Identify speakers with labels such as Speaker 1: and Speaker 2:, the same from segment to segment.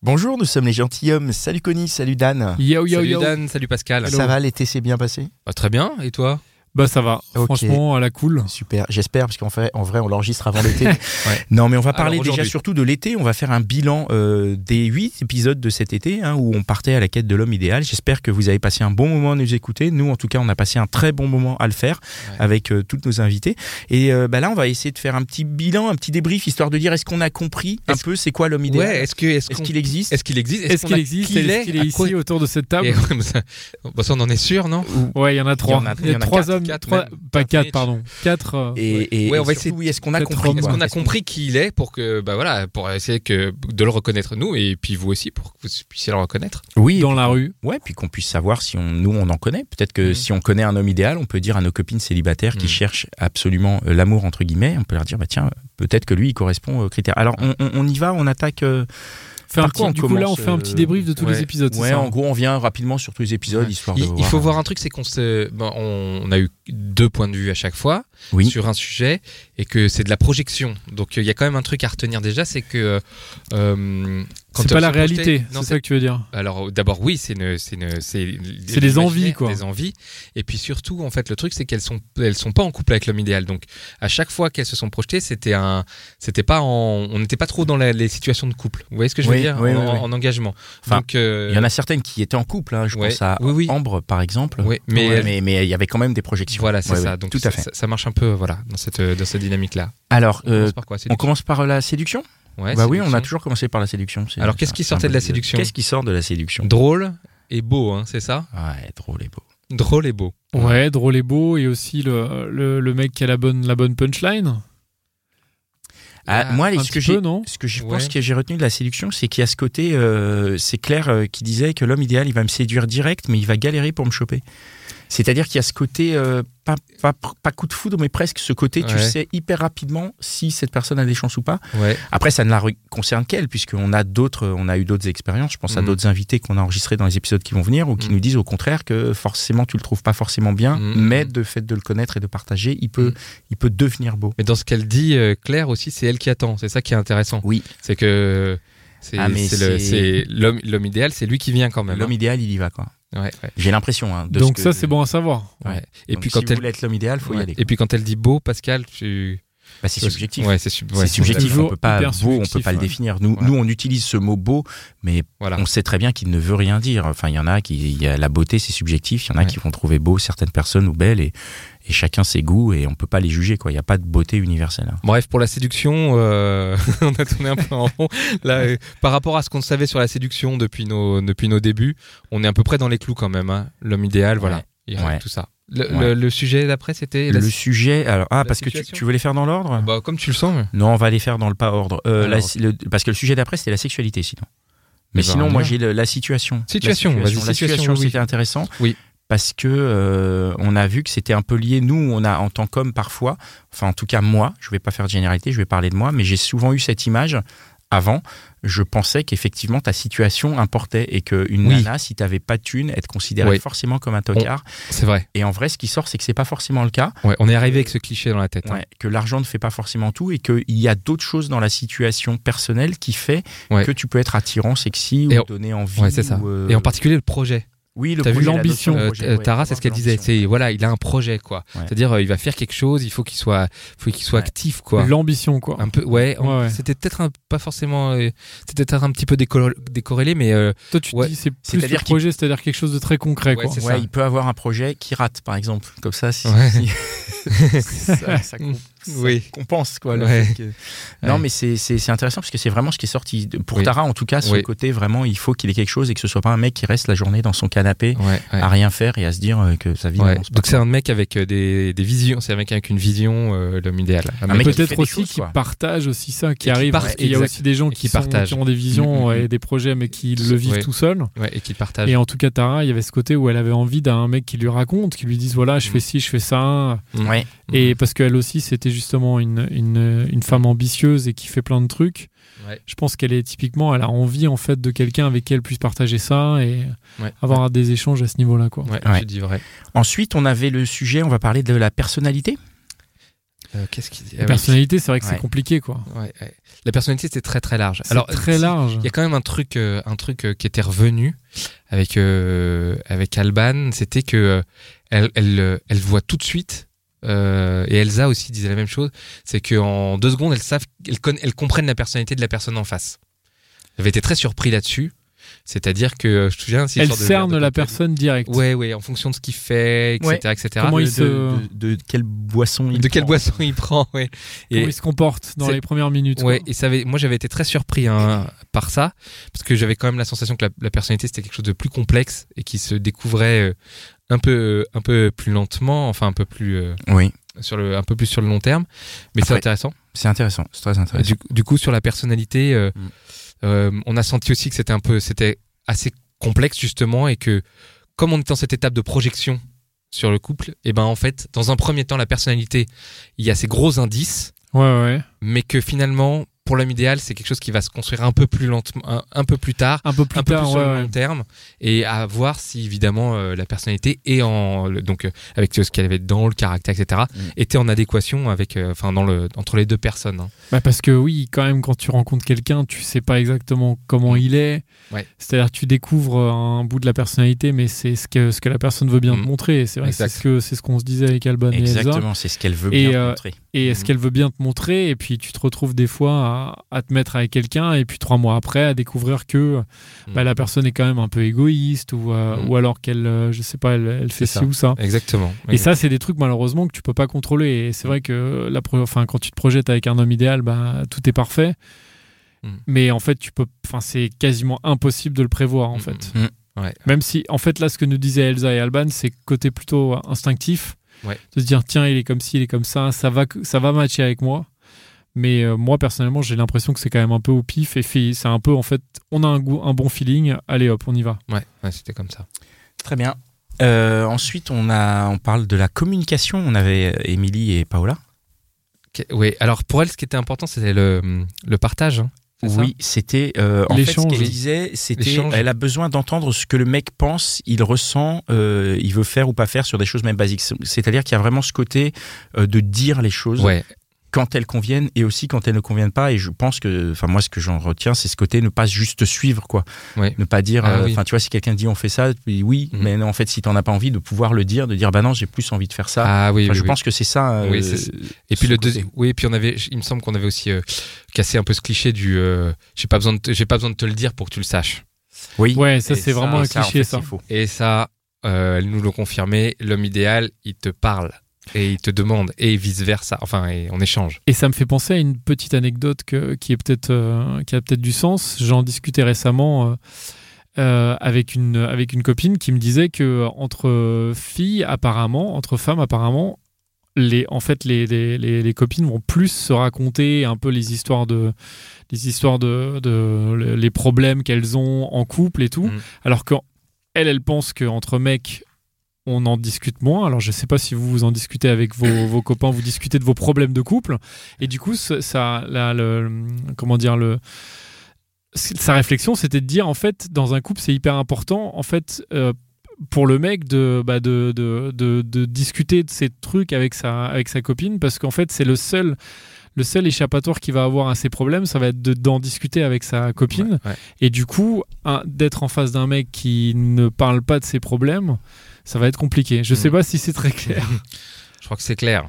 Speaker 1: Bonjour, nous sommes les gentilshommes. Salut Connie, salut Dan.
Speaker 2: Yo yo
Speaker 3: salut
Speaker 2: yo.
Speaker 3: Dan, salut Pascal.
Speaker 1: Ça va, l'été s'est bien passé
Speaker 3: Ah, Très bien, et toi
Speaker 2: Bah ça va.
Speaker 1: Ok.
Speaker 2: Franchement, à la cool.
Speaker 1: Super, j'espère, parce qu'en fait, en vrai, on l'enregistre avant l'été. Non, mais on va
Speaker 3: Alors,
Speaker 1: parler déjà
Speaker 3: aujourd'hui.
Speaker 1: surtout de l'été. On va faire un bilan euh, des huit épisodes de cet été hein, où on partait à la quête de l'homme idéal. J'espère que vous avez passé un bon moment à nous écouter. Nous, en tout cas, on a passé un très bon moment à le faire
Speaker 3: Ouais.
Speaker 1: avec euh, toutes nos invités. Et euh, bah, là, on va essayer de faire un petit bilan, un petit débrief, histoire de dire est-ce qu'on a compris un
Speaker 3: Est-ce-
Speaker 1: peu c'est quoi l'homme idéal
Speaker 3: Ouais, est-ce que est-ce
Speaker 1: Est-ce
Speaker 3: qu'on-
Speaker 1: qu'il existe
Speaker 3: est-ce qu'il existe
Speaker 2: Est-ce
Speaker 3: qu'on
Speaker 2: qu'il
Speaker 3: a-
Speaker 2: existe
Speaker 3: qu'il
Speaker 2: Est-ce qu'il est
Speaker 3: à quoi-
Speaker 2: ici autour de cette table
Speaker 3: Et comme ça, bon, bah, ça, on en est sûr, non
Speaker 2: Ouais, il y en a trois.
Speaker 1: Il y en a- il y en a
Speaker 2: trois
Speaker 1: quatre,
Speaker 2: hommes,
Speaker 3: quatre
Speaker 2: trois-
Speaker 3: même.
Speaker 2: pas
Speaker 3: Quatre
Speaker 2: quatre,
Speaker 3: Mitch.
Speaker 2: pardon, quatre. euh, ouais.
Speaker 1: Et, et-
Speaker 3: Ouais,
Speaker 1: et
Speaker 3: on
Speaker 1: surtout,
Speaker 3: va essayer
Speaker 1: oui, est-ce qu'on a
Speaker 2: d'être
Speaker 1: compris
Speaker 2: homme.
Speaker 3: Est-ce
Speaker 1: quoi
Speaker 3: qu'on a
Speaker 1: bah, Est-ce qu'on-
Speaker 3: compris qui il est pour que bah voilà pour essayer que de le reconnaître nous et puis vous aussi pour que vous puissiez le reconnaître.
Speaker 1: Oui,
Speaker 2: dans la rue.
Speaker 1: Ouais, puis qu'on puisse savoir si on, nous, on en connaît. Peut-être que
Speaker 3: Mhm.
Speaker 1: si on connaît un homme idéal, on peut dire à nos copines célibataires qui
Speaker 3: Mhm.
Speaker 1: cherchent absolument euh, l'amour, entre guillemets, on peut leur dire, bah tiens, peut-être que lui, il correspond aux critères. Alors, on, on- on y va, on attaque. euh,
Speaker 2: Fait un
Speaker 1: Par quoi
Speaker 2: petit,
Speaker 1: on
Speaker 2: du coup là, on
Speaker 1: commence,
Speaker 2: fait un petit
Speaker 1: euh,
Speaker 2: débrief de tous
Speaker 3: ouais.
Speaker 2: les épisodes. c'est
Speaker 1: ouais,
Speaker 2: ça
Speaker 1: en gros, on vient rapidement sur tous les épisodes,
Speaker 3: Ouais.
Speaker 1: histoire
Speaker 3: Il,
Speaker 1: de.
Speaker 3: il faut voir un truc, c'est qu'on se bon, on a eu deux points de vue à chaque fois
Speaker 1: Oui.
Speaker 3: sur un sujet et que c'est de la projection. Donc euh, il y a quand même un truc à retenir déjà, c'est que euh, quand
Speaker 2: C'est
Speaker 3: on
Speaker 2: pas la
Speaker 3: se projetait-
Speaker 2: réalité.
Speaker 3: non,
Speaker 2: C'est ça que tu veux dire.
Speaker 3: Alors d'abord oui, c'est une, c'est une- c'est
Speaker 2: C'est des envies, quoi.
Speaker 3: Des envies. Et puis surtout, en fait, le truc c'est qu'elles sont, elles sont pas en couple avec l'homme idéal. Donc à chaque fois qu'elles se sont projetées, c'était un, c'était pas en, on n'était pas trop dans la- les situations de couple. Vous voyez ce que je
Speaker 1: Oui,
Speaker 3: veux dire
Speaker 1: oui,
Speaker 3: en,
Speaker 1: oui, oui.
Speaker 3: en engagement.
Speaker 1: Enfin,
Speaker 3: Donc euh,
Speaker 1: Il y en a certaines qui étaient en couple, hein, je
Speaker 3: ouais,
Speaker 1: pense à
Speaker 3: oui, oui.
Speaker 1: Ambre, par exemple.
Speaker 3: Oui, mais- euh,
Speaker 1: mais, mais, mais il y avait quand même des projections.
Speaker 3: Voilà, c'est
Speaker 1: Ouais,
Speaker 3: ça.
Speaker 1: ouais,
Speaker 3: Donc
Speaker 1: tout
Speaker 3: ça,
Speaker 1: à fait.
Speaker 3: ça- ça marche un peu, voilà, dans cette, euh, dans cette dynamique-là.
Speaker 1: Alors,
Speaker 3: On
Speaker 1: euh,
Speaker 3: commence par quoi
Speaker 1: on
Speaker 3: séduction
Speaker 1: commence par la séduction
Speaker 3: Ouais,
Speaker 1: Bah oui, on
Speaker 3: séduction.
Speaker 1: a toujours commencé par la séduction. c'est-
Speaker 3: Alors, qu'est-ce
Speaker 1: c'est
Speaker 3: qui
Speaker 1: un
Speaker 3: sortait
Speaker 1: peu
Speaker 3: de la
Speaker 1: le-
Speaker 3: séduction
Speaker 1: Qu'est-ce qui sort de la séduction Ah,
Speaker 3: drôle et beau, hein, c'est ça
Speaker 1: Ouais, drôle et beau.
Speaker 3: Drôle et beau.
Speaker 2: Ouais, drôle et beau, et aussi le, le, le mec qui a la bonne, la bonne punchline.
Speaker 1: Ah,
Speaker 3: Ah,
Speaker 1: moi,
Speaker 2: un
Speaker 1: ce que
Speaker 2: petit
Speaker 1: j'ai
Speaker 2: peu, non
Speaker 1: ce que je
Speaker 3: Ouais.
Speaker 1: pense que j'ai retenu de la séduction, c'est qu'il y a ce côté, euh, c'est clair, qui disait que l'homme idéal, il va me séduire direct, mais il va galérer pour me choper. C'est-à-dire qu'il y a ce côté, euh, pas, pas, pas coup de foudre, mais presque ce côté, tu
Speaker 3: Ouais.
Speaker 1: sais hyper rapidement si cette personne a des chances ou pas.
Speaker 3: Ouais.
Speaker 1: Après, ça ne la re- concerne qu'elle, puisqu'on a d'autres, on a eu d'autres expériences. Je pense à
Speaker 3: Mhm.
Speaker 1: d'autres invités qu'on a enregistrés dans les épisodes qui vont venir ou qui
Speaker 3: Mhm.
Speaker 1: nous disent au contraire que forcément, tu le trouves pas forcément bien,
Speaker 3: Mhm.
Speaker 1: mais de fait de le connaître et de partager, il peut,
Speaker 3: Mhm.
Speaker 1: il peut devenir beau.
Speaker 3: Mais dans ce qu'elle dit, euh, Claire aussi, c'est elle qui attend. C'est ça qui est intéressant.
Speaker 1: Oui.
Speaker 3: C'est que c'est
Speaker 1: Ah, mais
Speaker 3: c'est le-
Speaker 1: c'est-
Speaker 3: c'est l'homme l'homme idéal, c'est lui qui vient quand même.
Speaker 1: L'homme
Speaker 3: hein.
Speaker 1: idéal, il y va, quoi.
Speaker 3: Ouais, ouais,
Speaker 1: J'ai l'impression. hein, de
Speaker 2: Donc
Speaker 1: ce que-
Speaker 2: ça, c'est bon à savoir.
Speaker 3: ouais.
Speaker 1: Ouais.
Speaker 3: Et
Speaker 1: Donc,
Speaker 3: puis
Speaker 1: si
Speaker 3: quand
Speaker 1: vous
Speaker 3: elle
Speaker 1: voulez être l'homme idéal, faut y
Speaker 3: ouais.
Speaker 1: aller. quoi.
Speaker 3: et puis quand elle dit beau, Pascal, tu
Speaker 1: Bah, c'est subjectif.
Speaker 3: Ouais, c'est sub- ouais,
Speaker 1: C'est subjectif.
Speaker 2: toujours
Speaker 1: On peut pas
Speaker 2: hyper
Speaker 1: beau, on peut
Speaker 2: subjectif,
Speaker 1: pas le
Speaker 2: ouais.
Speaker 1: définir. Nous,
Speaker 3: Voilà.
Speaker 1: nous, on utilise ce mot beau, mais
Speaker 3: Voilà.
Speaker 1: on sait très bien qu'il ne veut rien dire. Enfin, il y en a qui, il y a la beauté, c'est subjectif. Il y en a
Speaker 3: Ouais.
Speaker 1: qui vont trouver beau certaines personnes ou belles, et, et chacun ses goûts, et on peut pas les juger. Quoi, il n'y a pas de beauté universelle. hein.
Speaker 3: Bref, pour la séduction, euh, on a tourné un peu en rond. Là, euh, par rapport à ce qu'on savait sur la séduction depuis nos, depuis nos débuts, on est à peu près dans les clous quand même. hein. L'homme idéal, voilà.
Speaker 1: Ouais.
Speaker 3: Il règle
Speaker 1: Ouais.
Speaker 3: tout ça. Le,
Speaker 1: Ouais.
Speaker 3: le- le sujet d'après, c'était. la-
Speaker 1: Le sujet, alors, ah,
Speaker 3: la
Speaker 1: parce que tu,
Speaker 3: situation
Speaker 1: tu veux les faire dans l'ordre
Speaker 3: Bah, comme tu le sens. mais-
Speaker 1: Non, on va les faire dans le pas ordre. Euh,
Speaker 3: Alors.
Speaker 1: la- le- parce que le sujet d'après, c'était la sexualité, sinon. Mais
Speaker 3: Eh ben,
Speaker 1: sinon,
Speaker 3: on y
Speaker 1: moi,
Speaker 3: va.
Speaker 1: j'ai le- la situation.
Speaker 3: Situation,
Speaker 1: la situation,
Speaker 3: vas-y,
Speaker 1: la
Speaker 3: situation,
Speaker 1: situation,
Speaker 3: oui.
Speaker 1: c'était intéressant.
Speaker 3: Oui.
Speaker 1: Parce que euh, on a vu que c'était un peu lié. Nous, on a en tant qu'homme parfois, enfin en tout cas moi, je vais pas faire de généralité, je vais parler de moi, mais j'ai souvent eu cette image. Avant, je pensais qu'effectivement ta situation importait et que une
Speaker 3: Oui.
Speaker 1: nana, si t'avais pas de thune, elle te considérait
Speaker 3: Oui.
Speaker 1: forcément comme un tocard.
Speaker 3: C'est vrai.
Speaker 1: Et en vrai, ce qui sort, c'est que c'est pas forcément le cas.
Speaker 3: Ouais, on est arrivé avec ce cliché dans la tête. hein.
Speaker 1: Ouais, que l'argent ne fait pas forcément tout et qu'il y a d'autres choses dans la situation personnelle qui fait
Speaker 3: Ouais.
Speaker 1: que tu peux être attirant, sexy
Speaker 3: Et
Speaker 1: ou
Speaker 3: on-
Speaker 1: donner envie.
Speaker 3: Ouais, c'est ça.
Speaker 1: ou, euh,
Speaker 3: Et en particulier le projet.
Speaker 1: oui, le
Speaker 3: T'as vu
Speaker 1: projet, la notion
Speaker 2: l'ambition,
Speaker 1: de
Speaker 3: Euh,
Speaker 1: projet,
Speaker 3: euh,
Speaker 1: ouais,
Speaker 3: Tara,
Speaker 1: faut
Speaker 3: c'est ce
Speaker 1: avoir
Speaker 3: qu'elle
Speaker 1: de
Speaker 3: disait.
Speaker 1: l'ambition.
Speaker 3: C'est voilà, il a un projet quoi.
Speaker 1: Ouais.
Speaker 3: C'est-à-dire, euh, il va faire quelque chose. Il faut qu'il soit, faut qu'il soit
Speaker 1: Ouais.
Speaker 3: actif quoi.
Speaker 2: L'ambition, quoi.
Speaker 3: Un peu, ouais. on-
Speaker 2: Ouais, ouais.
Speaker 3: C'était peut-être un- pas forcément. euh, c'était peut-être un petit peu décor- décorrélé, mais euh,
Speaker 2: Toi, tu te
Speaker 3: Ouais.
Speaker 2: dis c'est plus
Speaker 1: C'est-à-dire
Speaker 2: le projet, c'est-à-dire quelque chose de très concret,
Speaker 3: Ouais,
Speaker 2: quoi.
Speaker 3: c'est
Speaker 1: Ouais,
Speaker 3: ça.
Speaker 1: il peut avoir un projet qui rate, par exemple. Comme ça, si,
Speaker 3: Ouais.
Speaker 1: si- ça, ça, coupe,
Speaker 3: Oui.
Speaker 1: compense quoi. le
Speaker 3: Ouais.
Speaker 1: fait que- Non,
Speaker 3: Ouais.
Speaker 1: mais c'est- c'est c'est intéressant parce que c'est vraiment ce qui est sorti De- pour
Speaker 3: Oui.
Speaker 1: Tara en tout cas. Ce
Speaker 3: Oui.
Speaker 1: côté vraiment, il faut qu'il ait quelque chose et que ce soit pas un mec qui reste la journée dans son canapé
Speaker 3: Ouais, ouais.
Speaker 1: à rien faire et à se dire euh, que sa vie.
Speaker 3: Ouais.
Speaker 1: n'avance pas,
Speaker 3: Donc c'est
Speaker 1: quoi.
Speaker 3: un mec avec euh, des, des visions, c'est un mec avec une vision, euh, l'homme idéal.
Speaker 1: Un mec qui fait
Speaker 2: Peut-être
Speaker 1: des
Speaker 2: aussi
Speaker 1: choses,
Speaker 2: qui
Speaker 1: quoi.
Speaker 2: partagent aussi ça, qui
Speaker 3: Et qui
Speaker 2: arrive.
Speaker 3: part-
Speaker 2: parce qu'il y a
Speaker 3: exact.
Speaker 2: aussi des gens
Speaker 3: Et
Speaker 2: qui,
Speaker 3: qui
Speaker 2: sont-
Speaker 3: partagent.
Speaker 2: qui ont des visions
Speaker 3: Mm, mm,
Speaker 2: et
Speaker 3: mm.
Speaker 2: des projets, mais qui le vivent
Speaker 3: Ouais.
Speaker 2: tout seul.
Speaker 3: Ouais, et qui partage.
Speaker 2: Et en tout cas, Tara, il y avait ce côté où elle avait envie d'un mec qui lui raconte, qui lui dise voilà, je
Speaker 3: Mm.
Speaker 2: fais ci, je fais ça.
Speaker 3: un-
Speaker 1: Ouais.
Speaker 2: Et parce qu'elle aussi, c'était justement une, une, une femme ambitieuse et qui fait plein de trucs.
Speaker 3: Ouais.
Speaker 2: Je pense qu'elle est typiquement, elle a envie en fait de quelqu'un avec qui elle puisse partager ça et
Speaker 3: Ouais. Eh
Speaker 2: avoir des échanges à ce niveau-là. quoi.
Speaker 3: Ouais,
Speaker 1: Ouais.
Speaker 3: tu dis vrai.
Speaker 1: Ensuite, on avait le sujet. On va parler de la personnalité.
Speaker 3: Euh, Qu'est-ce qu'il dit
Speaker 2: La personnalité, c'est vrai que
Speaker 1: Ouais.
Speaker 2: c'est compliqué. quoi.
Speaker 3: Ouais, ouais. La personnalité c'était très très large.
Speaker 2: C'est très
Speaker 3: si-
Speaker 2: large.
Speaker 3: Il y a quand même un truc, euh, un truc euh, qui était revenu avec euh, avec Alban, c'était que euh, elle, elle, euh, elle voit tout de suite. euh, et Elsa aussi disait la même chose, c'est qu'en deux secondes, elles savent, elles, conna- elles comprennent la personnalité de la personne en face. J'avais été très surpris là-dessus, c'est-à-dire que euh, je te souviens, c'est
Speaker 2: Elle
Speaker 3: histoire de-
Speaker 2: cerne
Speaker 3: de-
Speaker 2: la
Speaker 3: de-
Speaker 2: personne directe.
Speaker 3: Ouais, ouais, en fonction de ce qu'il fait, etc.,
Speaker 1: Ouais.
Speaker 3: etc.
Speaker 2: Comment
Speaker 3: de,
Speaker 2: il
Speaker 1: de,
Speaker 2: se-
Speaker 1: de- de- de quelle boisson il
Speaker 3: de quelle
Speaker 1: prend.
Speaker 3: boisson il prend, ouais.
Speaker 2: Comment
Speaker 3: Et-
Speaker 2: il se comporte dans
Speaker 3: c'est-
Speaker 2: les premières minutes.
Speaker 3: Ouais,
Speaker 2: quoi.
Speaker 3: et ça avait- moi j'avais été très surpris hein, par ça, parce que j'avais quand même la sensation que la, la personnalité c'était quelque chose de plus complexe et qui se découvrait euh, un peu, euh, un peu plus lentement, enfin un peu plus euh,
Speaker 1: Oui,
Speaker 3: sur le, un peu plus sur le long terme. Mais c'est
Speaker 1: Après,
Speaker 3: intéressant.
Speaker 1: c'est intéressant. C'est très intéressant.
Speaker 3: Du, du coup, sur la personnalité, euh,
Speaker 1: Mm.
Speaker 3: euh, on a senti aussi que c'était un peu, c'était assez complexe justement et que comme on est dans cette étape de projection sur le couple, et ben en fait, dans un premier temps, la personnalité, il y a ces gros indices
Speaker 2: ouais, ouais.
Speaker 3: mais que finalement, pour l'homme idéal, c'est quelque chose qui va se construire un peu plus lentement, un, un peu plus tard,
Speaker 2: Un peu plus
Speaker 3: un peu
Speaker 2: tard,
Speaker 3: plus sur
Speaker 2: ouais,
Speaker 3: le
Speaker 2: ouais.
Speaker 3: long terme, et à voir si évidemment euh, la personnalité est en le- donc euh, avec ce qu'elle avait dedans, le caractère, etc.,
Speaker 1: Mm.
Speaker 3: était en adéquation avec, euh, enfin dans le entre les deux personnes. hein.
Speaker 2: Bah, parce que oui, quand même, quand tu rencontres quelqu'un, tu sais pas exactement comment il est.
Speaker 3: Mm. Ouais.
Speaker 2: C'est-à-dire, tu découvres un bout de la personnalité, mais c'est ce que, ce que la personne veut bien
Speaker 3: Mm.
Speaker 2: te montrer. Et C'est vrai, que c'est
Speaker 3: Exact.
Speaker 2: ce que c'est ce qu'on se disait avec Alban et Elsa.
Speaker 1: Exactement, c'est ce qu'elle veut
Speaker 2: Et,
Speaker 1: bien
Speaker 2: euh,
Speaker 1: montrer.
Speaker 2: Et ce
Speaker 3: Mm.
Speaker 2: qu'elle veut bien te montrer, et puis tu te retrouves des fois à, à te mettre avec quelqu'un, et puis trois mois après, à découvrir que bah,
Speaker 3: Mm.
Speaker 2: la personne est quand même un peu égoïste, ou, euh,
Speaker 3: Mm.
Speaker 2: ou alors qu'elle, euh, je sais pas, elle, elle fait
Speaker 3: C'est
Speaker 2: ci
Speaker 3: ça.
Speaker 2: ou ça.
Speaker 3: Exactement.
Speaker 2: Et ça, c'est des trucs malheureusement que tu peux pas contrôler. Et c'est vrai que la, pro- enfin, quand tu te projettes avec un homme idéal, bah, tout est parfait.
Speaker 3: Mm.
Speaker 2: Mais en fait, tu peux, enfin, c'est quasiment impossible de le prévoir en
Speaker 3: Mm,
Speaker 2: fait.
Speaker 1: mm,
Speaker 3: mm. Ouais.
Speaker 2: Même si, en fait, là, ce que nous disaient Elsa et Alban, c'est côté plutôt euh, instinctif,
Speaker 3: Ouais.
Speaker 2: de se dire tiens, il est comme ci, il est comme ça, ça va, que- ça va matcher avec moi. Mais euh, moi personnellement, j'ai l'impression que c'est quand même un peu au pif et fait- c'est un peu en fait, on a un goût, un bon feeling, allez hop, on y va.
Speaker 3: Ouais, ouais, c'était comme ça.
Speaker 1: Très bien. Euh, ensuite, on, a, on parle de la communication. On avait euh, Émilie et Paola.
Speaker 3: Ok, Oui. Alors pour elle, ce qui était important, c'était le, mm, le partage. hein, c'est ça
Speaker 1: Oui, c'était euh, en fait ce
Speaker 2: L'échange.
Speaker 1: qu'elle disait, c'était
Speaker 3: L'échange.
Speaker 1: elle a besoin d'entendre ce que le mec pense, il ressent, euh, il veut faire ou pas faire sur des choses même basiques. C'est-à-dire qu'il y a vraiment ce côté euh, de dire les choses
Speaker 3: Ouais.
Speaker 1: quand elles conviennent et aussi quand elles ne conviennent pas. Et je pense que, enfin moi, ce que j'en retiens, c'est ce côté ne pas juste suivre quoi,
Speaker 3: Ouais.
Speaker 1: ne pas dire,
Speaker 3: Ah
Speaker 1: euh,
Speaker 3: oui.
Speaker 1: enfin tu vois, si quelqu'un dit on fait ça, puis oui,
Speaker 3: Mhm.
Speaker 1: mais non, en fait si t'en as pas envie, de pouvoir le dire, de dire bah non, j'ai plus envie de faire ça.
Speaker 3: Ah oui.
Speaker 1: Enfin,
Speaker 3: oui,
Speaker 1: je
Speaker 3: oui.
Speaker 1: pense que c'est ça.
Speaker 3: Oui,
Speaker 1: euh,
Speaker 3: c'est- Et puis
Speaker 1: son
Speaker 3: le
Speaker 1: côté.
Speaker 3: deuxième. Oui, et puis on avait. Il me semble qu'on avait aussi euh, cassé un peu ce cliché du. euh, j'ai pas besoin de. te- J'ai pas besoin de te le dire pour que tu le saches.
Speaker 1: Oui.
Speaker 2: Ouais, ça
Speaker 1: Et
Speaker 2: c'est vraiment un
Speaker 1: ça, en
Speaker 2: cliché
Speaker 1: fait,
Speaker 2: ça.
Speaker 1: il faut.
Speaker 3: Et ça, euh, elle nous l'ont confirmé. L'homme idéal, il te parle et il te demande et vice versa. Enfin, et on échange.
Speaker 2: Et ça me fait penser à une petite anecdote que- qui, est peut-être, euh, qui a peut-être du sens. J'en discutais récemment euh, euh, avec, une, avec une copine qui me disait que euh, entre euh, filles, apparemment, entre femmes, apparemment, les, en fait, les, les, les- les copines vont plus se raconter un peu les histoires de, les histoires de, de- les problèmes qu'elles ont en couple et tout.
Speaker 3: Mm.
Speaker 2: Alors qu'elles, elles pensent qu'entre mecs, on en discute moins. Alors, je sais pas si vous vous en discutez avec vos, vos copains, vous discutez de vos problèmes de couple. Et du coup, ce- ça, la- le, comment dire, le, sa réflexion, c'était de dire, en fait, dans un couple, c'est hyper important, en fait, euh, pour le mec de, bah, de, de, de- de discuter de ces trucs avec sa, avec sa copine, parce qu'en fait, c'est le seul, le seul échappatoire qu'il va avoir à ses problèmes, ça va être de- d'en discuter avec sa copine.
Speaker 3: Ouais, ouais.
Speaker 2: Et du coup, un- d'être en face d'un mec qui ne parle pas de ses problèmes, ça va être compliqué. Je sais
Speaker 3: Mm.
Speaker 2: pas si c'est très clair.
Speaker 3: Je crois que c'est clair.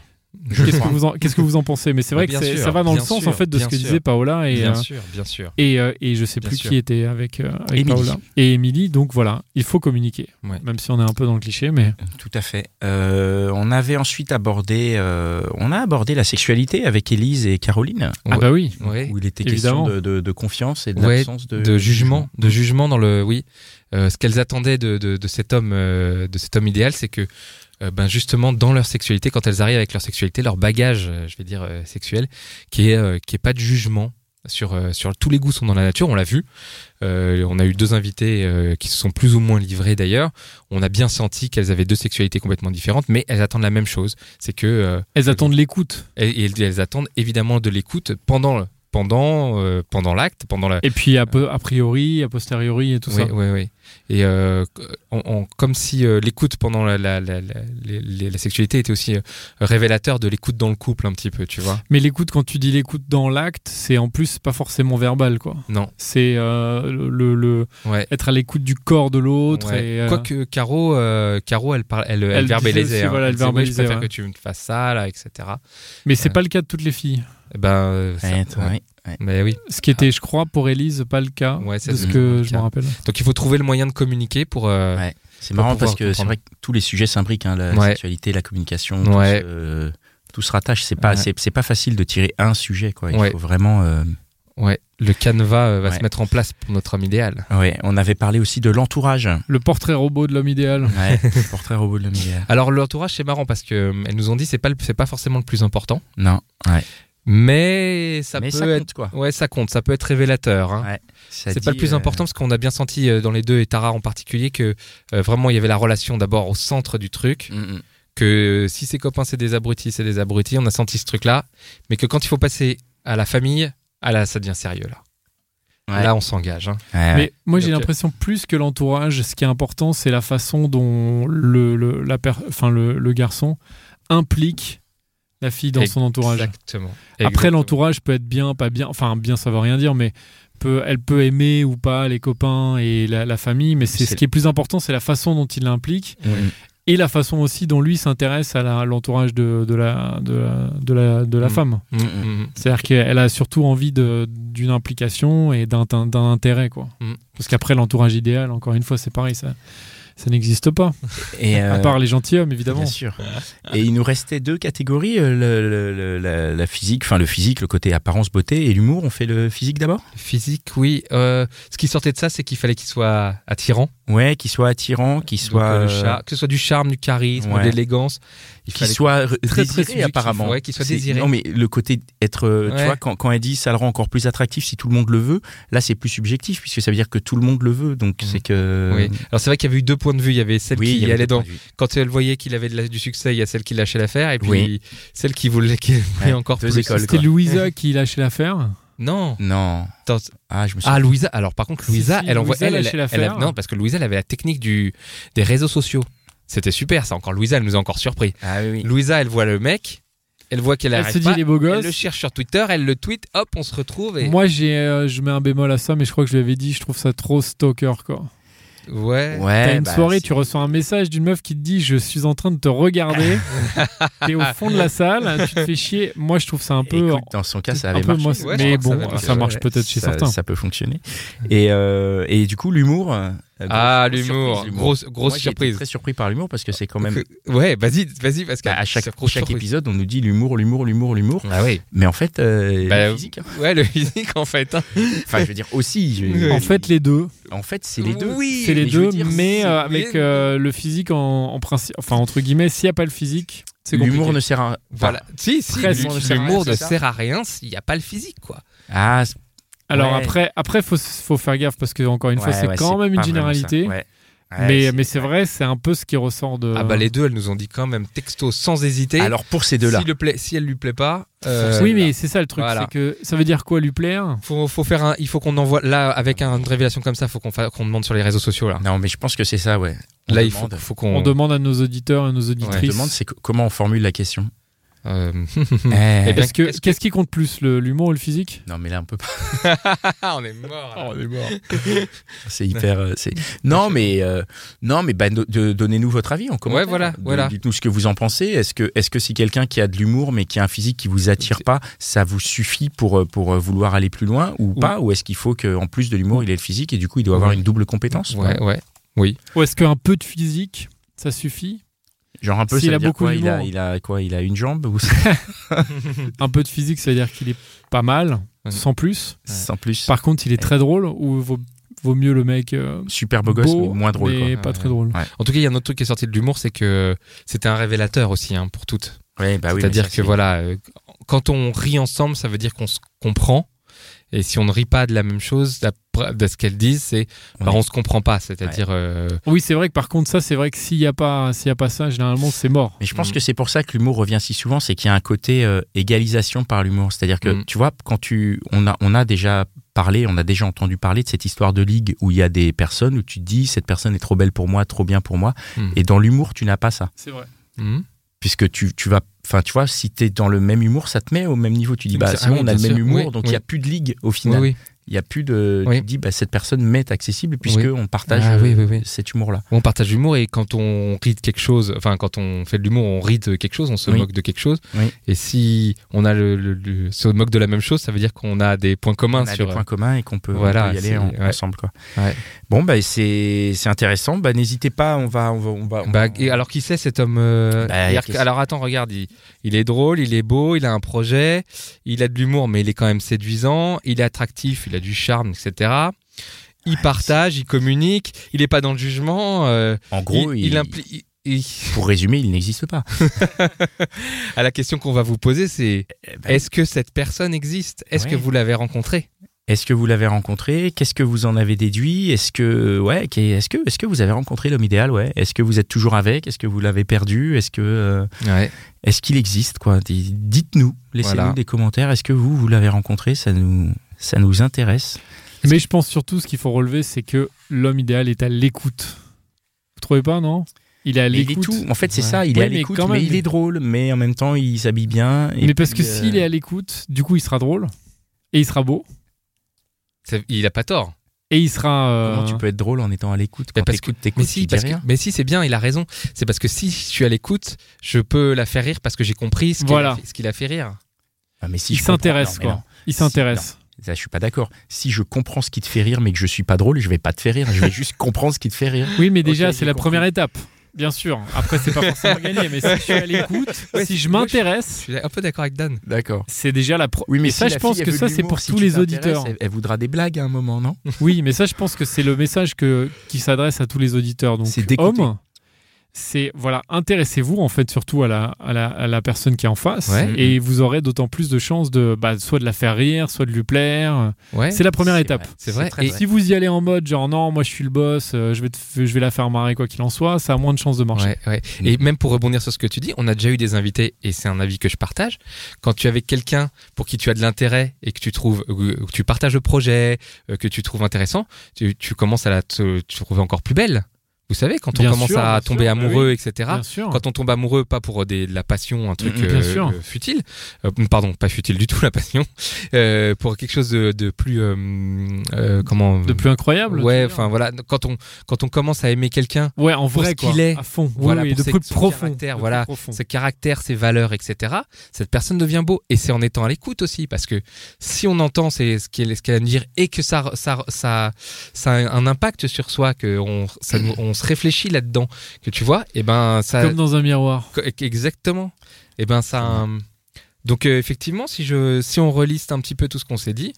Speaker 1: Je
Speaker 2: Qu'est-ce que,
Speaker 1: crois.
Speaker 2: vous en, qu'est-ce que vous en pensez Mais c'est vrai
Speaker 3: Bien
Speaker 2: que c'est-
Speaker 3: sûr,
Speaker 2: ça va dans le
Speaker 3: bien
Speaker 2: sens
Speaker 3: sûr,
Speaker 2: en fait de ce
Speaker 3: bien
Speaker 2: que
Speaker 3: sûr.
Speaker 2: disait Paola et,
Speaker 3: bien
Speaker 2: euh,
Speaker 3: sûr, bien sûr.
Speaker 2: et, euh, et je sais
Speaker 3: Bien
Speaker 2: plus
Speaker 3: sûr.
Speaker 2: qui était avec, euh, avec
Speaker 1: Émilie.
Speaker 2: Paola et Émilie. Donc voilà, il faut communiquer,
Speaker 3: Ouais.
Speaker 2: même si on est un peu dans le cliché, mais
Speaker 1: Tout à fait. Euh, on avait ensuite abordé, euh, on a abordé la sexualité avec Élise et Caroline,
Speaker 2: ah
Speaker 3: Ouais.
Speaker 2: bah oui,
Speaker 3: Ouais.
Speaker 1: où il était
Speaker 2: Évidemment.
Speaker 1: question de, de- de confiance et de
Speaker 3: Ouais,
Speaker 1: l'absence de,
Speaker 3: de jugement, de jugement dans le oui. Euh, ce qu'elles attendaient de, de, de cet homme, euh, de cet homme idéal, c'est que euh, ben justement dans leur sexualité, quand elles arrivent avec leur sexualité, leur bagage, euh, je vais dire euh, sexuel, qui est euh, qui est pas de jugement sur euh, sur tous les goûts sont dans la nature. On l'a vu. Euh, on a eu deux invités euh, qui se sont plus ou moins livrés d'ailleurs. On a bien senti qu'elles avaient deux sexualités complètement différentes, mais elles attendent la même chose. C'est que euh,
Speaker 2: elles attendent l'écoute.
Speaker 3: elles, elles- elles attendent évidemment de l'écoute pendant pendant euh, pendant l'acte, pendant la
Speaker 2: Et puis a, peu- a priori, a posteriori et tout
Speaker 3: oui,
Speaker 2: ça.
Speaker 3: oui, oui. Et euh, on- on- comme si euh, l'écoute pendant la, la, la, la- les- les- la sexualité était aussi euh, révélateur de l'écoute dans le couple, un petit peu, tu vois.
Speaker 2: Mais l'écoute, quand tu dis l'écoute dans l'acte, c'est en plus pas forcément verbal quoi.
Speaker 3: Non,
Speaker 2: C'est euh, le, le- le-
Speaker 3: ouais.
Speaker 2: être à l'écoute du corps de l'autre.
Speaker 3: Ouais.
Speaker 2: et, euh,
Speaker 3: Quoique Caro, euh, Caro elle, parle, elle, elle,
Speaker 2: Elle
Speaker 3: verbalisait.
Speaker 2: disait aussi,
Speaker 3: hein.
Speaker 2: voilà, elle
Speaker 3: disait, Ouais,
Speaker 2: verbalisait,
Speaker 3: je préfère
Speaker 2: ouais.
Speaker 3: que tu me fasses ça, là, etc.
Speaker 2: Mais c'est
Speaker 3: Ouais.
Speaker 2: pas le cas de toutes les filles.
Speaker 3: Eh Ben, euh, ça-
Speaker 1: Ouais, ouais.
Speaker 3: Mais oui.
Speaker 2: Ce qui était, je crois, pour Élise, pas le cas
Speaker 3: Ah. Ouais, ça,
Speaker 2: de
Speaker 3: c'est
Speaker 2: ce que
Speaker 3: le
Speaker 2: je
Speaker 3: cas.
Speaker 2: me rappelle.
Speaker 3: Donc il faut trouver le moyen de communiquer pour. euh,
Speaker 1: Ouais. C'est
Speaker 3: Pour
Speaker 1: marrant parce
Speaker 3: pouvoir
Speaker 1: que c'est
Speaker 3: comprendre.
Speaker 1: vrai que tous les sujets s'imbriquent, hein, la
Speaker 3: Ouais.
Speaker 1: sexualité, la communication,
Speaker 3: Ouais.
Speaker 1: tout, se, euh, tout se rattache. C'est pas,
Speaker 3: Ouais.
Speaker 1: c'est, c'est pas facile de tirer un sujet, quoi. Il
Speaker 3: Ouais.
Speaker 1: faut vraiment. euh,
Speaker 3: ouais, le canevas euh, va
Speaker 1: Ouais.
Speaker 3: se mettre en place pour notre homme idéal.
Speaker 1: Ouais. On avait parlé aussi de l'entourage.
Speaker 2: Le portrait robot de l'homme idéal.
Speaker 1: Ouais. le portrait robot de l'homme idéal.
Speaker 3: Alors l'entourage c'est marrant parce que euh, elles nous ont dit c'est pas le- c'est pas forcément le plus important,
Speaker 1: Non. Ouais.
Speaker 3: mais ça
Speaker 1: Mais
Speaker 3: peut
Speaker 1: ça
Speaker 3: être
Speaker 1: compte, quoi.
Speaker 3: Ouais, ça compte, ça peut être révélateur. hein.
Speaker 1: Ouais, Ça
Speaker 3: C'est pas
Speaker 1: dit,
Speaker 3: le plus
Speaker 1: euh,
Speaker 3: important parce qu'on a bien senti euh, dans les deux et Tara en particulier que euh, vraiment il y avait la relation d'abord au centre du truc,
Speaker 1: mm, mm.
Speaker 3: que euh, si ses copains c'est des abrutis, c'est des abrutis, on a senti ce truc là, mais que quand il faut passer à la famille, ah là ça devient sérieux là.
Speaker 1: Ouais.
Speaker 3: Là on s'engage. hein.
Speaker 1: Ouais, ouais.
Speaker 2: Mais moi, j'ai
Speaker 3: Ok.
Speaker 2: l'impression plus que l'entourage, ce qui est important, c'est la façon dont le, le, la per- enfin, le, le garçon implique la fille dans son entourage.
Speaker 3: Exactement.
Speaker 2: Après,
Speaker 3: Exactement.
Speaker 2: l'entourage peut être bien, pas bien. Enfin, bien, ça veut rien dire, mais peut, elle peut aimer ou pas les copains et la, la famille. Mais c'est
Speaker 1: C'est-
Speaker 2: ce qui est plus important, c'est la façon dont il l'implique
Speaker 1: Mm.
Speaker 2: et la façon aussi dont lui s'intéresse à la- l'entourage de, de la, de la, de la, de la
Speaker 3: Mm.
Speaker 2: femme.
Speaker 3: Mm, mm, mm.
Speaker 2: C'est-à-dire qu'elle a surtout envie de- d'une implication et d'un d'un- d'un intérêt, quoi.
Speaker 3: Mm.
Speaker 2: Parce qu'après, l'entourage idéal, encore une fois, c'est pareil, ça, ça n'existe pas.
Speaker 1: Et, euh,
Speaker 2: À part les gentilshommes, évidemment.
Speaker 1: Bien sûr. Et il nous restait deux catégories, euh, le- le- le- la, la physique, enfin le physique, le côté apparence, beauté et l'humour. On fait le physique d'abord
Speaker 3: Physique, oui. euh, ce qui sortait de ça, c'est qu'il fallait qu'il soit attirant,
Speaker 1: Ouais, qui soit attirant, qui
Speaker 3: Donc,
Speaker 1: soit,
Speaker 3: euh, le
Speaker 1: euh,
Speaker 3: char- que ce soit du charme, du charisme,
Speaker 1: Ouais.
Speaker 3: de l'élégance. Il
Speaker 1: qui
Speaker 3: fallait-
Speaker 1: soit
Speaker 3: très
Speaker 1: très, désiré
Speaker 3: subjectif,
Speaker 1: apparemment.
Speaker 3: ouais, qu'il soit
Speaker 1: C'est-
Speaker 3: désiré.
Speaker 1: Non mais le côté être, euh,
Speaker 3: Ouais.
Speaker 1: tu vois, quand, quand elle dit ça le rend encore plus attractif si tout le monde le veut, là c'est plus subjectif puisque ça veut dire que tout le monde le veut, donc
Speaker 3: Mhm.
Speaker 1: c'est que.
Speaker 3: Oui. Alors c'est vrai qu'il y avait eu deux points de vue. Il y avait celle
Speaker 1: euh, Oui, il y
Speaker 3: qui
Speaker 1: avait
Speaker 3: allait
Speaker 1: des
Speaker 3: dans
Speaker 1: produits.
Speaker 3: quand elle voyait qu'il avait de la- du succès, il y a celle qui lâchait l'affaire, et puis
Speaker 1: Oui.
Speaker 3: celle qui voulait qu'il voulait
Speaker 1: Ouais,
Speaker 3: encore
Speaker 1: deux
Speaker 3: plus.
Speaker 1: écoles,
Speaker 2: C'était
Speaker 1: quoi.
Speaker 2: Louisa qui lâchait l'affaire.
Speaker 3: Non.
Speaker 1: Non.
Speaker 3: Attends.
Speaker 1: Ah je me souviens.
Speaker 3: Ah Louisa. Alors par contre,
Speaker 2: Si,
Speaker 3: Louisa,
Speaker 2: si,
Speaker 3: elle envoie
Speaker 2: Louisa
Speaker 3: elle, elle,
Speaker 2: lâchait
Speaker 3: elle-
Speaker 2: l'affaire.
Speaker 3: non parce que Louisa, elle avait la technique du des réseaux sociaux. C'était super, ça. Encore Louisa, elle nous a encore surpris.
Speaker 1: Ah oui. oui.
Speaker 3: Louisa, elle voit le mec, elle voit qu'elle
Speaker 2: Elle
Speaker 3: arrive
Speaker 2: se dit,
Speaker 3: pas,
Speaker 2: les beaux
Speaker 3: elle le
Speaker 2: gosses.
Speaker 3: cherche sur Twitter, elle le tweet, hop, on se retrouve. Et...
Speaker 2: Moi, j'ai, euh, je mets un bémol à ça, mais je crois que je lui avais dit, je trouve ça trop stalker, quoi.
Speaker 3: Ouais.
Speaker 1: Ouais.
Speaker 2: T'as une
Speaker 1: bah,
Speaker 2: soirée,
Speaker 1: c'est-
Speaker 2: tu reçois un message d'une meuf qui te dit, je suis en train de te regarder. T'es au fond de la salle, tu te fais chier. Moi, je trouve ça un peu.
Speaker 1: Écoute, dans son cas, ça
Speaker 2: un
Speaker 1: avait
Speaker 2: peu
Speaker 1: marché. euh,
Speaker 2: moche.
Speaker 3: Ouais, je crois
Speaker 2: mais
Speaker 3: que ça
Speaker 2: bon, ah,
Speaker 3: avait
Speaker 2: ça,
Speaker 3: marché,
Speaker 2: marche
Speaker 3: ouais.
Speaker 2: peut-être chez
Speaker 1: ça,
Speaker 2: certains.
Speaker 1: ça peut fonctionner. Et, euh, et du coup, l'humour. euh,
Speaker 3: Ah,
Speaker 1: grosse- grosse
Speaker 3: l'humour.
Speaker 1: surprise,
Speaker 3: Grosse- grosse
Speaker 1: Moi, j'ai été
Speaker 3: surprise.
Speaker 1: Très surpris par l'humour parce que c'est quand même.
Speaker 3: Ouais, vas-y, vas-y, parce qu'à
Speaker 1: bah, à chaque,
Speaker 3: ça-
Speaker 1: chaque épisode, on nous dit l'humour, l'humour, l'humour, l'humour.
Speaker 3: Ah oui.
Speaker 1: Mais en fait, euh,
Speaker 3: Bah,
Speaker 1: le physique. hein.
Speaker 3: Ouais, le physique en fait. hein.
Speaker 1: Enfin, je veux dire aussi. je-
Speaker 2: En fait, les deux.
Speaker 1: en fait, c'est les deux.
Speaker 3: Oui.
Speaker 2: C'est les
Speaker 1: mais je
Speaker 2: deux,
Speaker 1: veux dire,
Speaker 2: mais
Speaker 3: c'est-
Speaker 2: euh, avec euh, le physique en, en principe, enfin entre guillemets, s'il n'y a pas le physique, c'est
Speaker 1: L'humour
Speaker 2: compliqué.
Speaker 1: ne sert à.
Speaker 3: Voilà. Si, si,
Speaker 2: Presque,
Speaker 3: l'hu-
Speaker 2: on ne sert à rien,
Speaker 3: l'humour
Speaker 1: c'est
Speaker 3: ne
Speaker 1: ça
Speaker 3: sert à rien s'il n'y a pas le physique, quoi.
Speaker 1: Ah, c'est-
Speaker 2: Alors
Speaker 1: Ouais.
Speaker 2: après, après faut, s- faut faire gaffe parce que encore une fois,
Speaker 1: ouais,
Speaker 2: c'est
Speaker 1: ouais,
Speaker 2: quand même
Speaker 1: pas
Speaker 2: une
Speaker 1: vraiment
Speaker 2: généralité.
Speaker 1: ça. Ouais. Ouais,
Speaker 2: mais mais c'est vrai, c'est un peu ce qui ressort
Speaker 1: Euh.
Speaker 2: de.
Speaker 3: Ah bah les deux, elles nous ont dit quand même texto sans hésiter.
Speaker 1: Alors, pour ces deux-là.
Speaker 3: si, le plaît- si elle lui plaît pas, euh,
Speaker 2: oui, mais c'est ça le truc,
Speaker 3: Voilà.
Speaker 2: c'est que ça veut dire quoi lui plaire
Speaker 3: faut, faut faire un, il faut qu'on envoie là avec un- une révélation comme ça, faut qu'on fa- qu'on demande sur les réseaux sociaux là.
Speaker 1: Non, mais je pense que c'est ça, ouais. On
Speaker 3: là il faut,
Speaker 1: demande,
Speaker 3: faut qu'on
Speaker 2: On demande à nos auditeurs et nos auditrices.
Speaker 1: on demande, c'est co- comment on formule la question.
Speaker 3: Euh,
Speaker 2: Hmm.
Speaker 1: Eh,
Speaker 3: Eh bien,
Speaker 2: Est-ce que-
Speaker 3: qu'est-ce
Speaker 2: Qu'est-ce qui compte plus, le- l'humour ou le physique
Speaker 1: Non, mais là, on peut pas.
Speaker 3: on est mort.
Speaker 1: Ah,
Speaker 3: là.
Speaker 2: est mort.
Speaker 1: C'est hyper. euh, c'est- Non, mais, euh, non, mais bah, no- de- donnez-nous votre avis en commentaire.
Speaker 3: voilà,
Speaker 1: De-
Speaker 3: voilà.
Speaker 1: Dites-nous ce que vous en pensez. Est-ce que, est-ce que si quelqu'un qui a de l'humour, mais qui a un physique qui vous attire pas, ça vous suffit pour, euh, pour euh, vouloir aller plus loin ou
Speaker 3: Ou-
Speaker 1: pas Ou est-ce qu'il faut qu'en plus de l'humour, il ait le physique et du coup, il doit avoir
Speaker 3: Ouais.
Speaker 1: une double compétence
Speaker 3: Ouais, ouais.
Speaker 2: Ou est-ce qu'un peu de physique, ça suffit
Speaker 1: Genre un peu,
Speaker 2: S'il
Speaker 1: ça veut
Speaker 2: a
Speaker 1: dire
Speaker 2: beaucoup
Speaker 1: quoi il a,
Speaker 2: d'humour.
Speaker 1: il a quoi Il a une jambe ou
Speaker 2: Un peu de physique, ça veut dire qu'il est pas mal,
Speaker 3: Ouais.
Speaker 2: sans plus.
Speaker 1: sans plus
Speaker 2: Par contre, il est très drôle ou vaut, vaut mieux le mec euh,
Speaker 1: Super beau gosse,
Speaker 2: beau,
Speaker 1: mais moins drôle.
Speaker 2: mais
Speaker 3: quoi.
Speaker 2: pas
Speaker 3: Ouais.
Speaker 2: très drôle.
Speaker 3: En tout cas, il y a un autre truc qui est sorti de l'humour, c'est que c'était un révélateur aussi hein, pour toutes.
Speaker 1: quoi. Ouais, bah oui,
Speaker 3: C'est-à-dire
Speaker 1: mais ça,
Speaker 3: que voilà, euh, quand on rit ensemble, ça veut dire qu'on se comprend. Et si on ne rit pas de la même chose, d'après- de ce qu'elles disent, c'est
Speaker 1: On
Speaker 3: bah,
Speaker 1: est-
Speaker 3: on se comprend pas. C'est-à-dire euh,
Speaker 2: Oui, c'est vrai que par contre, ça, c'est vrai que s'il n'y a, pas- s'il y a pas ça, généralement, c'est mort.
Speaker 1: Mais je pense
Speaker 3: Mm.
Speaker 1: que c'est pour ça que l'humour revient si souvent, c'est qu'il y a un côté euh, égalisation par l'humour. C'est-à-dire que,
Speaker 3: Mm.
Speaker 1: tu vois, quand tu, on a, on a déjà parlé, on a déjà entendu parler de cette histoire de ligue où il y a des personnes où tu te dis, cette personne est trop belle pour moi, trop bien pour moi.
Speaker 3: Mm.
Speaker 1: Et dans l'humour, tu n'as pas ça.
Speaker 2: C'est vrai.
Speaker 3: hmm,
Speaker 1: Puisque tu, tu vas, enfin, tu vois, si t'es dans le même humour, ça te met au même niveau. Tu dis,
Speaker 3: Mais
Speaker 1: bah,
Speaker 3: ça-
Speaker 1: c'est bon,
Speaker 3: ah oui,
Speaker 1: on a le
Speaker 3: bien
Speaker 1: même
Speaker 3: sûr.
Speaker 1: humour,
Speaker 3: Oui,
Speaker 1: donc il
Speaker 3: oui.
Speaker 1: n'y a plus de ligue au
Speaker 3: oui,
Speaker 1: final.
Speaker 3: oui.
Speaker 1: Il n'y a plus de,
Speaker 3: Oui.
Speaker 1: tu te dis, bah, cette personne m'est accessible puisqu'on on partage
Speaker 3: Ah, oui,
Speaker 1: euh,
Speaker 3: oui, oui.
Speaker 1: cet humour-là.
Speaker 3: On partage l'humour et quand on rit de quelque chose, enfin quand on fait de l'humour, on rit de quelque chose, on se
Speaker 1: Oui.
Speaker 3: moque de quelque chose.
Speaker 1: Oui.
Speaker 3: Et si on a le, le- le- se moque de la même chose, ça veut dire qu'on a des points communs
Speaker 1: on a
Speaker 3: sur. euh,
Speaker 1: des points communs et qu'on peut, on
Speaker 3: Voilà,
Speaker 1: peut y aller
Speaker 3: c'est-
Speaker 1: en-
Speaker 3: ouais.
Speaker 1: ensemble quoi.
Speaker 3: Ouais.
Speaker 1: Bon bah c'est c'est intéressant. Bah n'hésitez pas, on va on va on va. on-
Speaker 3: Bah, et alors qui c'est cet homme euh,
Speaker 1: Bah,
Speaker 3: c'est-à-dire que-
Speaker 1: qu'est-ce-
Speaker 3: Alors attends, regarde, il, il est drôle, il est beau, il a un projet, il a de l'humour, mais il est quand même séduisant, il est attractif, il a du charme, etc.
Speaker 1: Ah,
Speaker 3: Il partage, il communique, il n'est pas dans le jugement. euh,
Speaker 1: en gros,
Speaker 3: il,
Speaker 1: il,
Speaker 3: il impli- il- il-
Speaker 1: pour résumer, il n'existe pas.
Speaker 3: à la question qu'on va vous poser, c'est
Speaker 1: Eh ben,
Speaker 3: est-ce que cette personne existe Est-ce
Speaker 1: Ouais.
Speaker 3: que vous l'avez rencontrée
Speaker 1: Est-ce que vous l'avez rencontré Qu'est-ce que vous en avez déduit Est-ce que ouais, qu'est- est-ce que est-ce que vous avez rencontré l'homme idéal Ouais. Est-ce que vous êtes toujours avec Est-ce que vous l'avez perdu Est-ce que euh,
Speaker 3: ouais.
Speaker 1: est-ce qu'il existe quoi D- Dites-nous, laissez-nous
Speaker 3: Voilà.
Speaker 1: des commentaires. Est-ce que vous vous l'avez rencontré Ça nous ça nous intéresse.
Speaker 2: Mais je pense surtout, ce qu'il faut relever, c'est que l'homme idéal est à l'écoute. Vous trouvez pas, non Il est à
Speaker 1: Mais il est
Speaker 2: l'écoute.
Speaker 1: tout. En fait, c'est
Speaker 3: Ouais.
Speaker 1: ça. Il
Speaker 2: Oui,
Speaker 1: est à
Speaker 2: mais
Speaker 1: l'écoute,
Speaker 2: quand
Speaker 1: mais,
Speaker 2: même.
Speaker 1: il est drôle. Mais en même temps, il s'habille bien. et
Speaker 2: Mais parce que
Speaker 1: puis,
Speaker 2: s'il
Speaker 1: euh,
Speaker 2: est à l'écoute, du coup, il sera drôle et il sera beau
Speaker 3: Ça- Il n'a pas tort.
Speaker 2: et il sera. euh,
Speaker 1: Comment tu peux être drôle en étant à l'écoute
Speaker 3: Mais
Speaker 1: quand
Speaker 3: parce
Speaker 1: t'écoutes,
Speaker 3: Mais
Speaker 1: t'écoutes, tu
Speaker 3: si,
Speaker 1: dis
Speaker 3: parce que-
Speaker 1: rien.
Speaker 3: mais si, c'est bien, il a raison. C'est parce que si je suis à l'écoute, je peux la faire rire parce que j'ai compris ce qu'il a
Speaker 2: Voilà.
Speaker 3: fait- ce qu'il a fait rire.
Speaker 1: Ah, mais si
Speaker 2: il
Speaker 1: je comprends-
Speaker 2: s'intéresse,
Speaker 1: non, mais
Speaker 2: quoi. Il s'intéresse.
Speaker 1: non. Ça, je suis pas d'accord. Si je comprends ce qui te fait rire, mais que je suis pas drôle, je vais pas te faire rire. Je vais juste comprendre ce qui te fait rire.
Speaker 2: Oui, mais
Speaker 1: Ok,
Speaker 2: déjà,
Speaker 1: j'ai
Speaker 2: c'est la
Speaker 1: compris.
Speaker 2: première étape. Bien sûr. Après, c'est pas forcément gagné, mais si je suis à l'écoute,
Speaker 3: Ouais,
Speaker 2: si
Speaker 3: c'est-
Speaker 2: je
Speaker 3: moi,
Speaker 2: m'intéresse,
Speaker 3: Je suis un peu d'accord avec Dan.
Speaker 1: D'accord.
Speaker 2: c'est déjà la. Pro...
Speaker 1: Oui, mais
Speaker 2: Et ça,
Speaker 1: si
Speaker 2: je
Speaker 1: la
Speaker 2: pense
Speaker 1: fille,
Speaker 2: que
Speaker 1: elle veut
Speaker 2: ça,
Speaker 1: de
Speaker 2: c'est
Speaker 1: l'humour,
Speaker 2: pour
Speaker 1: si
Speaker 2: tous
Speaker 1: tu
Speaker 2: les
Speaker 1: t'intéresses,
Speaker 2: auditeurs.
Speaker 1: Elle, elle voudra des blagues à un moment, non
Speaker 2: Oui, mais ça, je pense que c'est le message que, qui s'adresse à tous les auditeurs. Donc,
Speaker 1: C'est d'écouter.
Speaker 2: homme, c'est voilà, intéressez-vous en fait surtout à la, à la, à la personne qui est en face,
Speaker 3: Ouais.
Speaker 2: et vous aurez d'autant plus de chances de bah, soit de la faire rire, soit de lui plaire.
Speaker 3: Ouais.
Speaker 2: c'est la première étape.
Speaker 1: vrai,
Speaker 3: C'est vrai.
Speaker 1: très
Speaker 3: Et
Speaker 1: vrai.
Speaker 2: Si vous y allez en mode genre non, moi je suis le boss, euh, je vais te f- je vais la faire marrer quoi qu'il en soit, ça a moins de chances de marcher.
Speaker 3: Ouais, ouais. Et
Speaker 2: Mm.
Speaker 3: même pour rebondir sur ce que tu dis, on a déjà eu des invités, et c'est un avis que je partage. Quand tu es avec quelqu'un pour qui tu as de l'intérêt et que tu trouves, euh, que tu partages le projet, euh, que tu trouves intéressant, tu, tu commences à la te, te trouver encore plus belle. Vous savez, quand on
Speaker 2: Bien
Speaker 3: commence
Speaker 2: sûr, bien
Speaker 3: à
Speaker 2: sûr,
Speaker 3: tomber
Speaker 2: bah
Speaker 3: amoureux, etc.
Speaker 2: Bien sûr. Mm,
Speaker 3: Quand on tombe amoureux, pas pour des, de la passion, un truc
Speaker 1: Mhm,
Speaker 2: bien
Speaker 3: euh,
Speaker 2: sûr.
Speaker 3: euh, futile, Euh, pardon, pas futile du tout la passion, euh, pour quelque chose de, de plus euh, euh, comment
Speaker 2: De plus incroyable. tu
Speaker 3: ouais,
Speaker 2: veux dire.
Speaker 3: enfin voilà, quand on quand on commence à aimer quelqu'un
Speaker 2: ouais, en
Speaker 3: pour
Speaker 2: vrai
Speaker 3: ce
Speaker 2: quoi,
Speaker 3: qu'il est.
Speaker 2: à fond, Oui,
Speaker 3: Voilà,
Speaker 2: oui,
Speaker 3: pour
Speaker 2: de
Speaker 3: ses-
Speaker 2: plus
Speaker 3: son
Speaker 2: profond,
Speaker 3: caractère,
Speaker 2: de plus
Speaker 3: voilà.
Speaker 2: profond.
Speaker 3: ses caractères, ses valeurs, etc. Cette personne devient beau. Et c'est en étant à l'écoute aussi, parce que si on entend c'est ce qu'elle ce qu'elle a à nous dire et que ça, ça, ça, ça a un impact sur soi, que on, ça nous- on se réfléchit là-dedans, que tu vois, et ben ça.
Speaker 2: Comme dans un miroir.
Speaker 3: co- Exactement. Et ben ça. a un- Donc euh, effectivement, si je, si on reliste un petit peu tout ce qu'on s'est dit,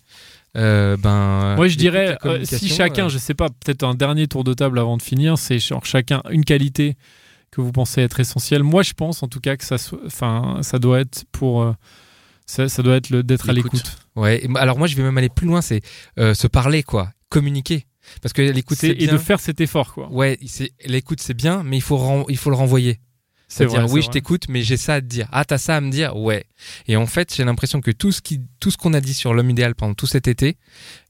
Speaker 3: euh, ben.
Speaker 2: Moi, je
Speaker 3: l'écoute,
Speaker 2: dirais,
Speaker 3: la
Speaker 2: euh, si
Speaker 3: communication,
Speaker 2: chacun,
Speaker 3: euh,
Speaker 2: je sais pas, peut-être un dernier tour de table avant de finir, c'est genre chacun une qualité que vous pensez être essentielle. Moi, je pense en tout cas que ça, soit- enfin, ça doit être pour, euh, ça, ça doit être le d'être à
Speaker 1: L'écoute.
Speaker 2: l'écoute.
Speaker 3: Ouais. et moi- Alors moi, je vais même aller plus loin, c'est euh, se parler, quoi, communiquer. Parce que l'écoute,
Speaker 2: C'est-
Speaker 3: c'est
Speaker 2: et
Speaker 3: bien.
Speaker 2: de faire cet effort, quoi.
Speaker 3: Ouais, c'est- l'écoute c'est bien, mais il faut, ren- il faut le renvoyer. C'est-à-dire,
Speaker 2: vrai,
Speaker 3: oui,
Speaker 2: c'est
Speaker 3: je
Speaker 2: vrai.
Speaker 3: t'écoute, mais j'ai ça à te dire. Ah, t'as ça à me dire Ouais. Et en fait, j'ai l'impression que tout ce qui- tout ce qu'on a dit sur l'homme idéal pendant tout cet été,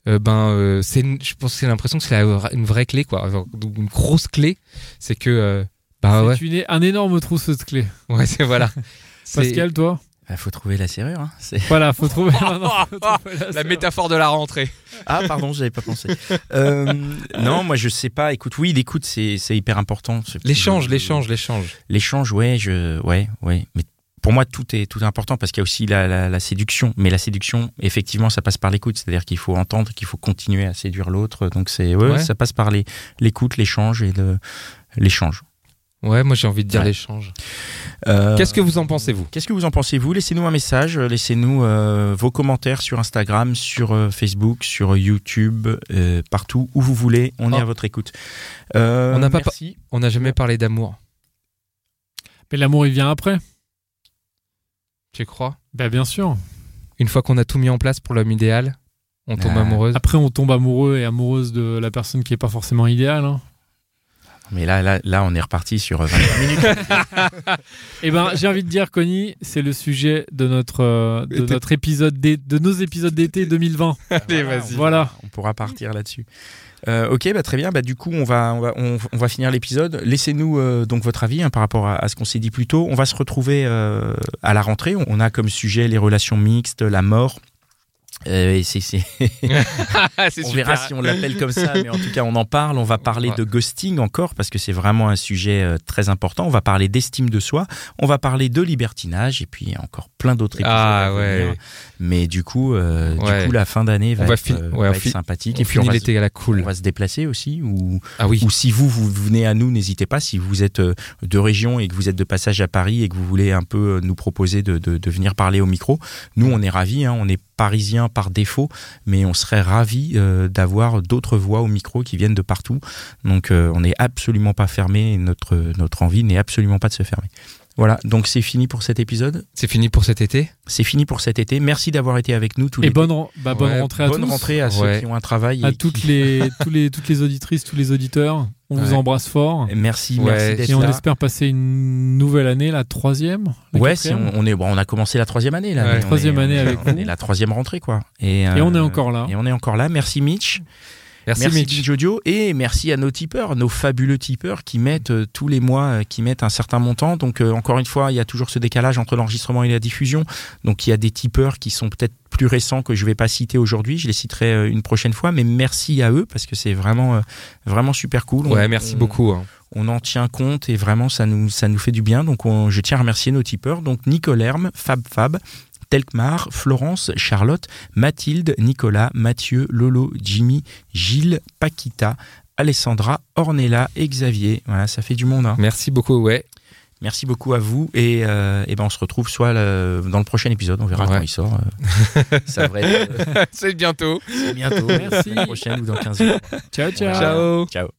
Speaker 3: euh, ben, euh, c'est, une- je pense que c'est l'impression que c'est la- une vraie clé, quoi. Genre, donc, Une grosse clé, c'est que. euh, bah ouais,
Speaker 2: C'est une- un énorme trousseau de clés.
Speaker 3: ouais, c'est voilà.
Speaker 2: Pascal, toi
Speaker 1: Il Ah, faut trouver la serrure. hein. C'est-
Speaker 2: Voilà, faut trouver. non, non, faut trouver
Speaker 3: La métaphore de la rentrée.
Speaker 1: Ah, pardon, j'avais pas pensé. Euh, non, moi, je sais pas. Écoute, oui, l'écoute, c'est c'est hyper important. C'est-
Speaker 3: L'échange,
Speaker 1: je-
Speaker 3: l'échange, l'échange.
Speaker 1: L'échange, ouais, je, ouais, ouais. Mais pour moi, tout est, tout est important parce qu'il y a aussi la, la- la séduction. Mais la séduction, effectivement, ça passe par l'écoute. C'est-à-dire qu'il faut entendre, qu'il faut continuer à séduire l'autre. Donc, c'est, ouais,
Speaker 3: Ouais.
Speaker 1: ça passe par les- l'écoute, l'échange et le- l'échange.
Speaker 3: Ouais, moi j'ai envie de dire
Speaker 1: Ouais.
Speaker 3: l'échange.
Speaker 1: Euh,
Speaker 3: Qu'est-ce que vous en pensez, vous
Speaker 1: Qu'est-ce que vous en pensez, vous Laissez-nous un message, euh, laissez-nous euh, vos commentaires sur Instagram, sur euh, Facebook, sur YouTube, euh, partout où vous voulez. On est
Speaker 3: Ah.
Speaker 1: à votre écoute. Euh,
Speaker 3: On n'a pas
Speaker 1: merci.
Speaker 3: On n'a jamais parlé d'amour,
Speaker 2: Mais l'amour, il vient après.
Speaker 3: tu crois
Speaker 2: Bah, bien sûr.
Speaker 3: Une fois qu'on a tout mis en place pour l'homme idéal, on tombe
Speaker 1: Ah.
Speaker 3: amoureuse.
Speaker 2: Après, on tombe amoureux et amoureuse de la personne qui est pas forcément idéale. hein.
Speaker 1: Mais là, là, là, on est reparti sur euh, 25 minutes.
Speaker 2: Eh ben, j'ai envie de dire, Connie, c'est le sujet de notre, euh, de
Speaker 3: Été.
Speaker 2: notre épisode d'é- de nos épisodes d'été 2020.
Speaker 3: Allez,
Speaker 2: Voilà.
Speaker 1: on pourra partir là-dessus. Euh, ok, bah, très bien. Bah, du coup, on va, on va, on, on va finir l'épisode. Laissez-nous euh, donc votre avis hein, par rapport à, à ce qu'on s'est dit plus tôt. On va se retrouver euh, à la rentrée. On a comme sujet les relations mixtes, la mort. Euh, et c'est- c'est-
Speaker 3: C'est
Speaker 1: on verra si on l'appelle comme ça, mais en tout cas, on en parle. On va parler
Speaker 3: Ouais.
Speaker 1: de ghosting encore parce que c'est vraiment un sujet euh, très important. On va parler d'estime de soi. On va parler de libertinage et puis encore plein d'autres épisodes.
Speaker 3: Ah,
Speaker 1: à venir.
Speaker 3: ouais.
Speaker 1: Mais du coup, euh,
Speaker 3: Ouais.
Speaker 1: du coup, la fin d'année va,
Speaker 3: On va
Speaker 1: être,
Speaker 3: fi-
Speaker 1: euh,
Speaker 3: ouais, on
Speaker 1: va être
Speaker 3: fi-
Speaker 1: sympathique.
Speaker 3: Et
Speaker 1: et puis on
Speaker 3: finit
Speaker 1: va se-
Speaker 3: l'été à la
Speaker 1: on
Speaker 3: cool.
Speaker 1: va se déplacer aussi ou,
Speaker 3: Ah oui.
Speaker 1: ou si vous, vous venez à nous, n'hésitez pas. Si vous êtes euh, de région et que vous êtes de passage à Paris et que vous voulez un peu euh, nous proposer de, de- de venir parler au micro, nous, on est ravis. hein. on est parisiens par défaut, mais on serait ravis euh, d'avoir d'autres voix au micro qui viennent de partout. Donc, euh, on n'est absolument pas fermé. Notre, notre envie n'est absolument pas de se fermer. Voilà, donc c'est fini pour cet épisode.
Speaker 3: C'est fini pour cet été.
Speaker 1: C'est fini pour cet été. Merci d'avoir été avec nous tous
Speaker 2: Et
Speaker 1: les
Speaker 2: bonne, ren- bah, bonne
Speaker 3: Ouais,
Speaker 2: rentrée à
Speaker 1: Bonne
Speaker 2: tous.
Speaker 1: rentrée à ceux
Speaker 3: Ouais.
Speaker 1: qui ont un travail.
Speaker 2: à
Speaker 1: et
Speaker 2: toutes
Speaker 1: qui-
Speaker 2: les, tous les, toutes les auditrices, tous les auditeurs. On vous
Speaker 3: Ouais.
Speaker 2: embrasse fort.
Speaker 1: Merci,
Speaker 3: Ouais,
Speaker 1: merci d'être
Speaker 2: Et on
Speaker 1: là.
Speaker 2: espère passer une nouvelle année, la troisième. la
Speaker 1: Ouais, si
Speaker 2: quatrième.
Speaker 1: on, on est, bon, on a commencé la troisième année là.
Speaker 3: Ouais.
Speaker 1: mais on est-
Speaker 2: Troisième année
Speaker 1: on est- euh,
Speaker 2: avec
Speaker 1: on
Speaker 2: vous.
Speaker 1: est la troisième rentrée quoi. Et,
Speaker 2: Et
Speaker 1: euh,
Speaker 2: on est encore là.
Speaker 1: Et on est encore là. Merci Mitch.
Speaker 3: Merci, Mitch.
Speaker 1: Mitch Audio. Et merci à nos tipeurs, nos fabuleux tipeurs qui mettent euh, tous les mois, euh, qui mettent un certain montant. Donc euh, encore une fois, il y a toujours ce décalage entre l'enregistrement et la diffusion. Donc il y a des tipeurs qui sont peut-être plus récents que je vais pas citer aujourd'hui. Je les citerai euh, une prochaine fois. Mais merci à eux parce que c'est vraiment, euh, vraiment super cool.
Speaker 3: Ouais,
Speaker 1: On-
Speaker 3: merci
Speaker 1: on-
Speaker 3: beaucoup. hein.
Speaker 1: on en tient compte et vraiment ça nous, ça nous fait du bien. Donc on- je tiens à remercier nos tipeurs. Donc Nicole Herme, Fab Fab, Telkmar, Florence, Charlotte, Mathilde, Nicolas, Mathieu, Lolo, Jimmy, Gilles, Paquita, Alessandra, Ornella et Xavier. Voilà, ça fait du monde. hein.
Speaker 3: Merci beaucoup, ouais.
Speaker 1: Merci beaucoup à vous et, euh, eh ben on se retrouve soit le- dans le prochain épisode, on verra
Speaker 3: Ouais.
Speaker 1: quand il sort. euh. ça devrait être
Speaker 3: C'est bientôt.
Speaker 1: euh, bientôt,
Speaker 2: Merci.
Speaker 1: la semaine prochaine ou dans 15 jours.
Speaker 2: Ciao, ciao.
Speaker 1: Voilà.
Speaker 3: Ciao.
Speaker 1: Ciao.